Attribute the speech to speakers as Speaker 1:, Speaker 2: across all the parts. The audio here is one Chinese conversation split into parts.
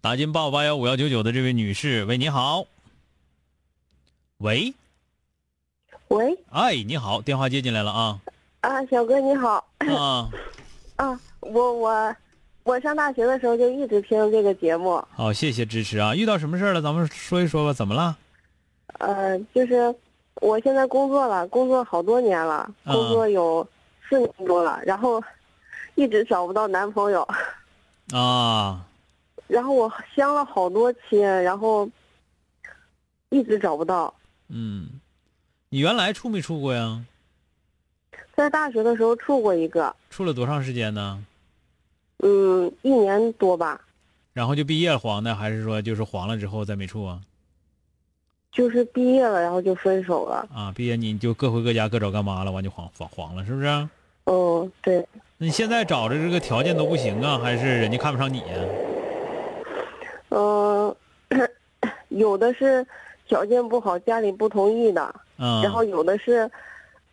Speaker 1: 打进八五八幺五幺九九的这位女士，喂，你好。喂，
Speaker 2: 喂，
Speaker 1: 哎，你好，电话接进来了啊
Speaker 2: 啊，小哥你好
Speaker 1: 啊，
Speaker 2: 啊，我我我上大学的时候就一直听这个节目，
Speaker 1: 好，谢谢支持啊。遇到什么事儿了，咱们说一说吧，怎么了？
Speaker 2: 呃，就是我现在工作了，工作好多年了，
Speaker 1: 啊
Speaker 2: 工作有四年多了，然后一直找不到男朋友，
Speaker 1: 啊，
Speaker 2: 然后我相了好多亲，然后一直找不到。
Speaker 1: 嗯，你原来处没处过呀？
Speaker 2: 在大学的时候处过一个，
Speaker 1: 处了多长时间呢？
Speaker 2: 嗯，一年多吧，
Speaker 1: 然后就毕业了黄的，还是说就是黄了之后再没处啊？
Speaker 2: 就是毕业了，然后就分手了。
Speaker 1: 啊，毕业你就各回各家，各找干妈了，完就黄黄黄了，是不是？
Speaker 2: 嗯，对，
Speaker 1: 那你现在找的这个条件都不行啊，还是人家看不上你啊呀、
Speaker 2: 嗯，有的是条件不好，家里不同意的，
Speaker 1: 啊？
Speaker 2: 然后有的是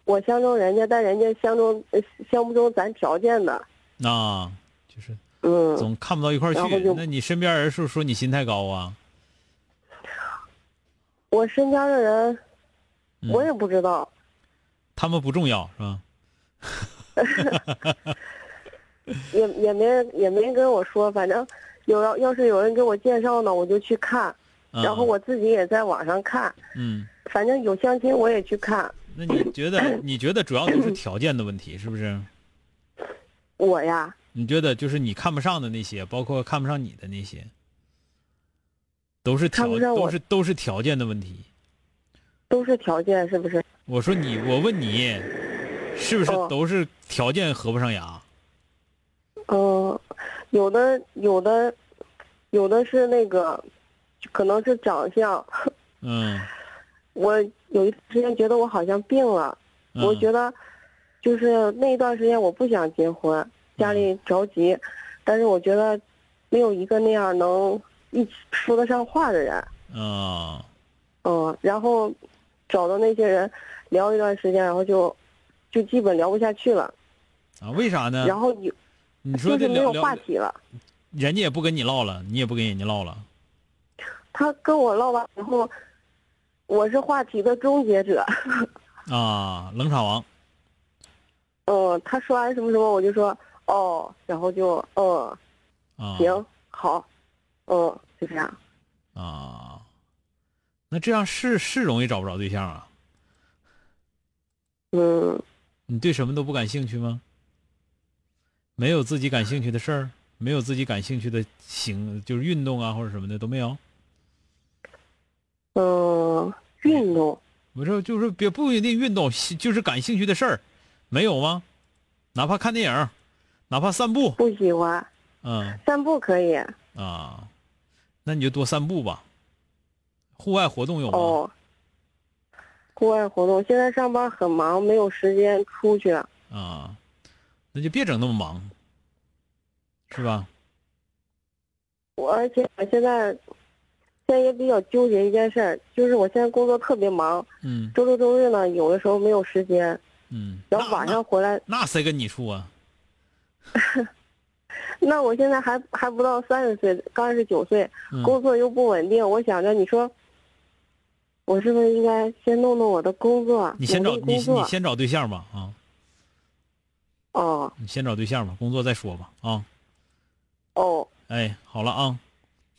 Speaker 2: 我相中人家，但人家相中呃相不中咱条件的，
Speaker 1: 啊，就是
Speaker 2: 嗯，
Speaker 1: 总看不到一块儿
Speaker 2: 然后
Speaker 1: 去
Speaker 2: 就。
Speaker 1: 那你身边人是不是说你心太高啊？
Speaker 2: 我身边的人
Speaker 1: 嗯
Speaker 2: 我也不知道，
Speaker 1: 他们不重要是吧？
Speaker 2: 也也没人也没人跟我说，反正有要要是有人给我介绍呢，我就去看，
Speaker 1: 啊、
Speaker 2: 然后我自己也在网上看，
Speaker 1: 嗯，
Speaker 2: 反正有相亲我也去看，
Speaker 1: 那你觉得你觉得主要都是条件的问题是不是？
Speaker 2: 我呀，
Speaker 1: 你觉得就是你看不上的那些，包括看不上你的那些，都是条
Speaker 2: 看不上我
Speaker 1: 都是都是条件的问题。
Speaker 2: 都是条件是不是？
Speaker 1: 我说你，我问你，是不是
Speaker 2: 哦
Speaker 1: 都是条件合不上牙？
Speaker 2: 嗯，有的有的有的是那个，可能是长相。
Speaker 1: 嗯，
Speaker 2: 我有一段时间觉得我好像病了，
Speaker 1: 嗯
Speaker 2: 我觉得就是那一段时间我不想结婚，家
Speaker 1: 嗯
Speaker 2: 里着急，但是我觉得没有一个那样能一起说得上话的人。
Speaker 1: 啊、
Speaker 2: 嗯，然后找的那些人聊一段时间，然后就就基本聊不下去了，
Speaker 1: 啊，为啥呢？
Speaker 2: 然后有
Speaker 1: 你说
Speaker 2: 就
Speaker 1: 这
Speaker 2: 是没
Speaker 1: 聊
Speaker 2: 有话
Speaker 1: 聊，
Speaker 2: 题了。
Speaker 1: 人家也不跟你唠了，你也不跟人家唠了。
Speaker 2: 他跟我唠完以后，我是话题的终结者。
Speaker 1: 啊，冷场王，
Speaker 2: 嗯，他说完什么什么，我就说哦，然后就嗯
Speaker 1: 啊，
Speaker 2: 行好，嗯就这样。
Speaker 1: 啊，那这样是是容易找不着对象啊？
Speaker 2: 嗯，
Speaker 1: 你对什么都不感兴趣吗？没有自己感兴趣的事儿，没有自己感兴趣的行，就是运动啊或者什么的都没有。
Speaker 2: 嗯，运动
Speaker 1: 我说就是别不一定运动，兴就是感兴趣的事儿，没有吗？哪怕看电影，哪怕散步，
Speaker 2: 不喜欢，
Speaker 1: 嗯
Speaker 2: 散步可以
Speaker 1: 啊，那你就多散步吧。户外活动有吗？
Speaker 2: 哦。户外活动，现在上班很忙，没有时间出去。
Speaker 1: 啊，那就别整那么忙，是吧？
Speaker 2: 我而且我现在现在也比较纠结一件事儿，就是我现在工作特别忙，
Speaker 1: 嗯
Speaker 2: 周六周日呢，有的时候没有时间，
Speaker 1: 嗯，
Speaker 2: 然后晚上回来
Speaker 1: 那那谁跟你处啊？
Speaker 2: 那我现在还还不到三十岁，刚二十九岁，
Speaker 1: 嗯
Speaker 2: 工作又不稳定，我想着你说，我是不是应该先弄弄我的工作，
Speaker 1: 你先
Speaker 2: 努
Speaker 1: 找
Speaker 2: 力
Speaker 1: 你
Speaker 2: 工
Speaker 1: 你
Speaker 2: 作？
Speaker 1: 先找对象吧啊，
Speaker 2: 哦
Speaker 1: 你先找对象吧，工作再说吧啊。
Speaker 2: 哦，
Speaker 1: 哎，好了啊，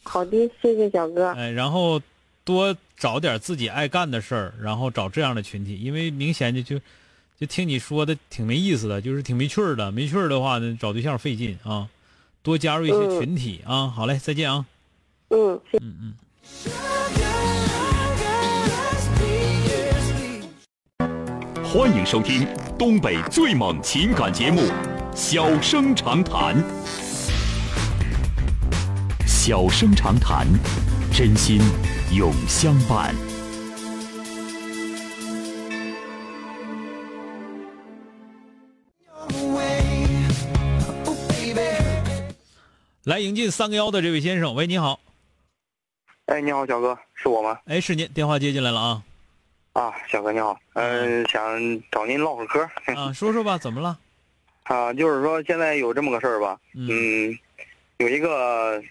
Speaker 3: 好的，谢谢小哥。
Speaker 1: 哎，然后多找点自己爱干的事儿，然后找这样的群体，因为明显就就就听你说的挺没意思的，就是挺没趣儿的，没趣儿的话呢，找对象费劲啊，多加入一些
Speaker 3: 嗯
Speaker 1: 群体、啊。好嘞，再见啊，
Speaker 3: 嗯，谢谢
Speaker 1: 嗯嗯。
Speaker 4: 欢迎收听东北最猛情感节目《小生长谈》。小生长谈，真心永相伴。
Speaker 1: 来迎进三个幺的这位先生，喂，你好，
Speaker 5: 哎，你好，小哥，是我吗？
Speaker 1: 哎，是您，电话接进来了啊，
Speaker 5: 啊，小哥你好，嗯、想找您唠会儿嗑儿
Speaker 1: 啊，说说吧，怎么了？
Speaker 5: 啊，就是说现在有这么个事儿吧，
Speaker 1: 嗯
Speaker 5: 嗯，有一个，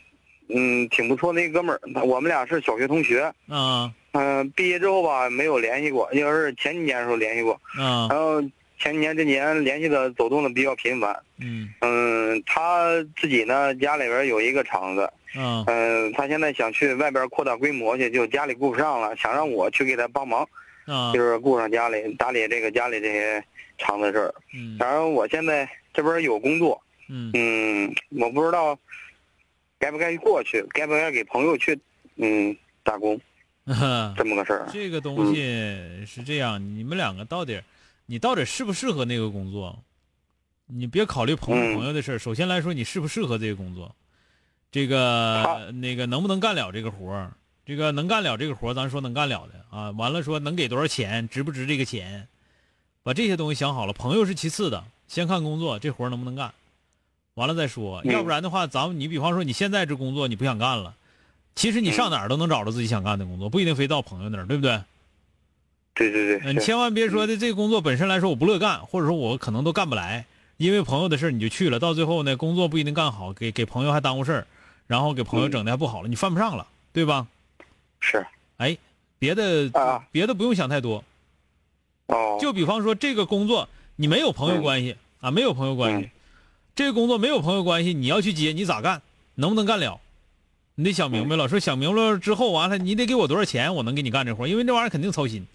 Speaker 5: 嗯，挺不错的一哥们儿，他我们俩是小学同学，
Speaker 1: 啊
Speaker 5: 嗯、毕业之后吧没有联系过，要是前几年的时候联系过，
Speaker 1: 啊
Speaker 5: 然后前几年这几年联系的走动的比较频繁，
Speaker 1: 嗯
Speaker 5: 嗯，他自己呢家里边儿有一个厂子，
Speaker 1: 啊
Speaker 5: 嗯、他现在想去外边儿扩大规模去，就家里顾不上了，想让我去给他帮忙。
Speaker 1: 啊
Speaker 5: 就，是顾上家里打理这个家里这些厂子事儿。
Speaker 1: 嗯
Speaker 5: 当然，我现在这边有工作，
Speaker 1: 嗯
Speaker 5: 嗯，我不知道该不该过去，该不该给朋友去，嗯，打工
Speaker 1: 嗯，
Speaker 5: 这么个事儿。啊
Speaker 1: 这个东西是这样，你们两个到底，你到底适不适合那个工作？你别考虑朋友
Speaker 5: 嗯
Speaker 1: 朋友的事儿，首先来说，你适不适合这个工作？这个那个能不能干了这个活儿？这个能干了这个活儿，咱说能干了的啊。完了说能给多少钱，值不值这个钱，把这些东西想好了。朋友是其次的，先看工作这活儿能不能干，完了再说。
Speaker 5: 嗯
Speaker 1: 要不然的话，咱们你比方说你现在这工作你不想干了，其实你
Speaker 5: 嗯
Speaker 1: 上哪儿都能找着自己想干的工作，不一定非到朋友那儿，对不对？
Speaker 5: 对对
Speaker 1: 嗯，
Speaker 5: 对，
Speaker 1: 你
Speaker 5: 是
Speaker 1: 千万别说的这个工作本身来说我不乐干，或者说我可能都干不来，因为朋友的事儿你就去了，到最后呢，工作不一定干好，给给朋友还耽误事儿，然后给朋
Speaker 5: 嗯
Speaker 1: 友整的还不好了，你犯不上了，对吧？
Speaker 5: 是
Speaker 1: 哎，别的、
Speaker 5: 啊
Speaker 1: 别的不用想太多，
Speaker 5: 哦，
Speaker 1: 就比方说这个工作你没有朋友关系、啊，没有朋友关系，
Speaker 5: 嗯
Speaker 1: 这个工作没有朋友关系，你要去接你咋干，能不能干了？你得想明
Speaker 5: 嗯
Speaker 1: 白了，说想明白了之后完了，你得给我多少钱，我能给你干这活儿，因为这玩意儿肯定操心，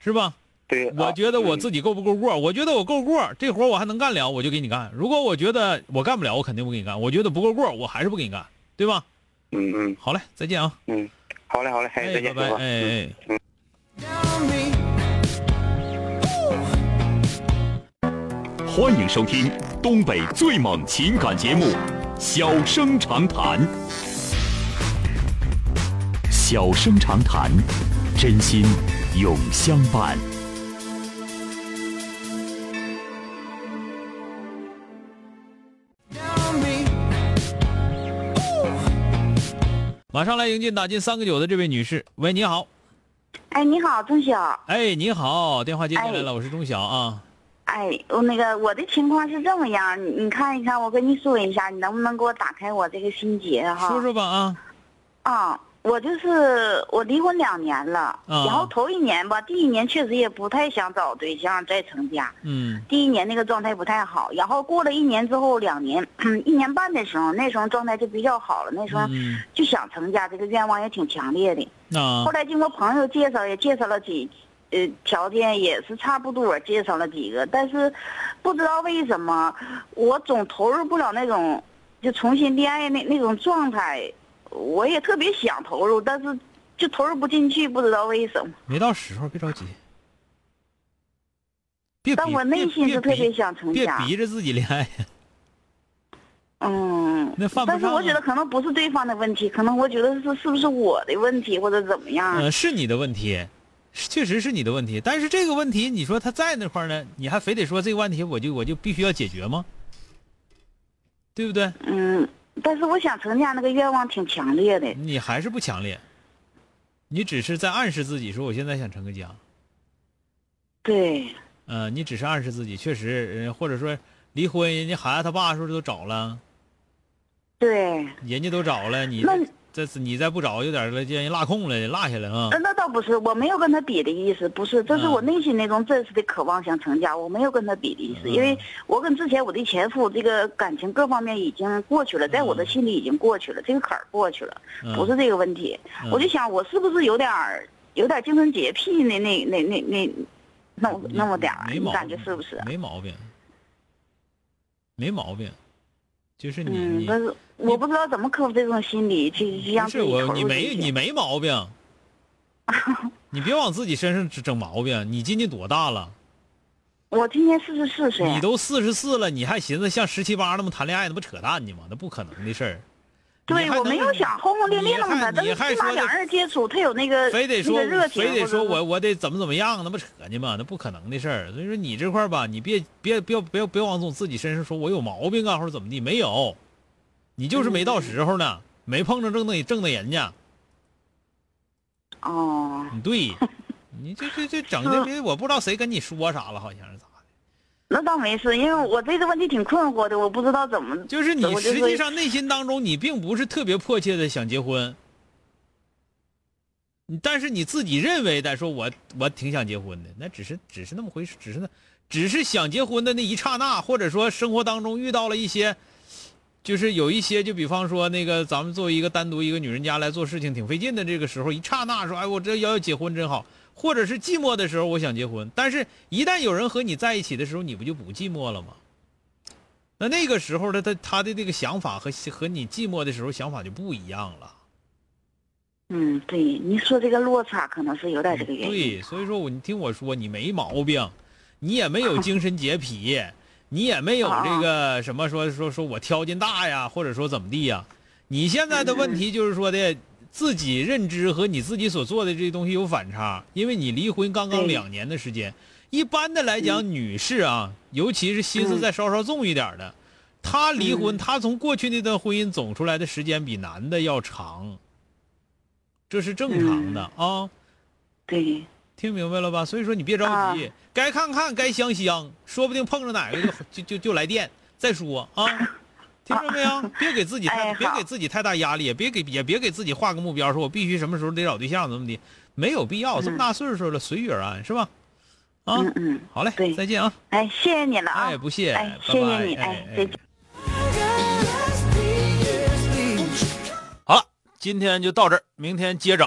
Speaker 1: 是吧？
Speaker 5: 对，
Speaker 1: 我
Speaker 5: 啊
Speaker 1: 觉得我
Speaker 5: 嗯
Speaker 1: 自己够不够过？我觉得我够过，这活我还能干了，我就给你干。如果我觉得我干不了，我肯定不给你干。我觉得不够过，我还是不给你干，对吧？
Speaker 5: 嗯嗯
Speaker 1: 好嘞，再见啊！
Speaker 5: 嗯，好嘞好嘞，哎，再
Speaker 1: 拜
Speaker 5: 见，
Speaker 1: 拜，
Speaker 5: 小哥
Speaker 1: 哎
Speaker 5: 嗯
Speaker 1: 哎。
Speaker 4: 欢迎收听东北最猛情感节目《小生长谈》。小生长谈，真心永相伴。
Speaker 1: 马上来迎进打进三个九的这位女士，喂，你好，
Speaker 2: 哎，你好，钟晓。
Speaker 1: 哎，你好，电话接进来了，我是钟晓啊，
Speaker 2: 哎，我那个我的情况是这么样，你你看一看，我跟你说一下，你能不能给我打开我这个心结哈？
Speaker 1: 说说吧啊，
Speaker 2: 啊、我就是我离婚两年了，
Speaker 1: 啊
Speaker 2: 然后头一年吧，第一年确实也不太想找对象再成家，
Speaker 1: 嗯
Speaker 2: 第一年那个状态不太好，然后过了一年之后，两年 一年半的时候，那时候状态就比较好了，那时候
Speaker 1: 嗯，
Speaker 2: 就想成家，这个愿望也挺强烈的。
Speaker 1: 那
Speaker 2: 后来经过朋友介绍，也介绍了几，呃，条件也是差不多，介绍了几个，但是不知道为什么，我总投入不了那种就重新恋爱那那种状态。我也特别想投入，但是就投入不进去，不知道为什么。
Speaker 1: 没到时候，别着急，别逼，
Speaker 2: 但我内心是
Speaker 1: 别
Speaker 2: 特
Speaker 1: 别
Speaker 2: 别
Speaker 1: 逼，
Speaker 2: 想成
Speaker 1: 别
Speaker 2: 家。
Speaker 1: 逼着自己恋爱，
Speaker 2: 嗯，
Speaker 1: 那犯不
Speaker 2: 但是
Speaker 1: 上
Speaker 2: 我
Speaker 1: 啊
Speaker 2: 觉得可能不是对方的问题，可能我觉得是是不是我的问题或者怎么样？
Speaker 1: 呃，是你的问题，是确实是你的问题。但是这个问题，你说他在那块儿呢，你还非得说这个问题，我就我就必须要解决吗？对不对？
Speaker 2: 嗯，但是我想成家那个愿望挺强烈的。
Speaker 1: 你还是不强烈，你只是在暗示自己说，我现在想成个家。
Speaker 2: 对，
Speaker 1: 呃，你只是暗示自己，确实，呃或者说离婚，人家孩子他爸是不是都找了？
Speaker 2: 对。
Speaker 1: 人家都找了，你
Speaker 2: 那
Speaker 1: 这是你再不找，有点儿让人落空了，落下了啊
Speaker 2: 呃，。那倒不是，我没有跟他比的意思，不是，这是我
Speaker 1: 嗯
Speaker 2: 内心那种真实的渴望想成家，我没有跟他比的意思，
Speaker 1: 嗯
Speaker 2: 因为我跟之前我的前夫这个感情各方面已经过去了，在我的心里已经过去了，这个坎儿过去了，
Speaker 1: 嗯
Speaker 2: 不是这个问题。
Speaker 1: 嗯
Speaker 2: 我就想，我是不是有点儿有点儿精神洁癖那那那那那那么那么点儿，啊
Speaker 1: 没
Speaker 2: 你
Speaker 1: 毛
Speaker 2: 感觉
Speaker 1: 病
Speaker 2: 是不是？
Speaker 1: 没毛病，没毛病，就是你
Speaker 2: 嗯，
Speaker 1: 你
Speaker 2: 但是我不知道怎么克服这种心理，去去让
Speaker 1: 不
Speaker 2: 自
Speaker 1: 是
Speaker 2: 己投
Speaker 1: 我，
Speaker 2: 入
Speaker 1: 你没
Speaker 2: 进去
Speaker 1: 你没毛 病，你别往自己身上整整毛病。你今年多大了？
Speaker 2: 我今年四十四岁，
Speaker 1: 你都四十四了，你还寻思像十七八那么谈恋爱，那不扯淡呢吗？那不可能的事儿。
Speaker 2: 对
Speaker 1: 你还
Speaker 2: 我没
Speaker 1: 能
Speaker 2: 有想轰轰烈烈那么的，但
Speaker 1: 你
Speaker 2: 是
Speaker 1: 还
Speaker 2: 起
Speaker 1: 你还
Speaker 2: 码
Speaker 1: 说
Speaker 2: 两
Speaker 1: 的
Speaker 2: 人接触，他有那个
Speaker 1: 非得
Speaker 2: 呃那
Speaker 1: 说
Speaker 2: 个热，情，
Speaker 1: 非得说
Speaker 2: 或者
Speaker 1: 我我得怎么怎么样，那不扯呢吗？那不可能的事儿。所以说你这块儿吧，你别别别别别往总自己身上说我有毛病啊或者怎么地，没有，你就是没到时候呢，没碰着正的正的人家。
Speaker 2: 哦，
Speaker 1: 你 对，你这这这整
Speaker 2: 嗯
Speaker 1: 的别，我不知道谁跟你说啥了，好像是咋的。
Speaker 2: 那倒没事，因为我对这问题挺困惑的，我不知道怎么
Speaker 1: 就是你
Speaker 2: 我就
Speaker 1: 实
Speaker 2: 说
Speaker 1: 际上内心当中你并不是特别迫切的想结婚，你但是你自己认为在说我我挺想结婚的，那只是只是那么回事，只是那只是想结婚的那一刹那，或者说生活当中遇到了一些。就是有一些，就比方说那个，咱们作为一个单独一个女人家来做事情挺费劲的，这个时候一刹那说，哎，我这要要结婚真好，或者是寂寞的时候我想结婚，但是一旦有人和你在一起的时候，你不就不寂寞了吗？那那个时候的他他的这个想法和和你寂寞的时候想法就不一样了。
Speaker 2: 嗯，对，你说这个落差可能是有点这个原因。
Speaker 1: 对，所以说我你听我说，你没毛病，你也没有精神洁癖，你也没有
Speaker 2: 啊
Speaker 1: 这个什么说说说我条件大呀，或者说怎么地呀。你现在的问
Speaker 2: 嗯
Speaker 1: 题就是说的自己认知和你自己所做的这些东西有反差，因为你离婚刚刚
Speaker 2: 对嗯
Speaker 1: 两年的时间。一般的来讲，女士啊，尤其是心思再稍稍重一点的，她离
Speaker 2: 嗯
Speaker 1: 婚，她从过去那段婚姻走出来的时间比男的要长，这是正常的
Speaker 2: 嗯
Speaker 1: 啊。
Speaker 2: 对
Speaker 1: 听明白了吧？所以说你别着
Speaker 2: 啊
Speaker 1: 急，该看看，该香香，说不定碰着哪个就 就就就来电再说啊。听着没有？别给自己太、
Speaker 2: 哎
Speaker 1: 别
Speaker 2: 好
Speaker 1: 给自己太大压力，也别给也别给自己画个目标，说我必须什么时候得找对象怎么的，没有必要。这么大岁数了，随遇而安是吧？啊，
Speaker 2: 嗯嗯，
Speaker 1: 好嘞，
Speaker 2: 对
Speaker 1: 再见啊！
Speaker 2: 哎，谢谢你了啊！
Speaker 1: 哎，不谢，
Speaker 2: 哎，
Speaker 1: 拜
Speaker 2: 谢谢
Speaker 1: 拜
Speaker 2: 你，
Speaker 1: 哎
Speaker 2: 哎，再见。
Speaker 1: 好了，今天就到这儿，明天接整。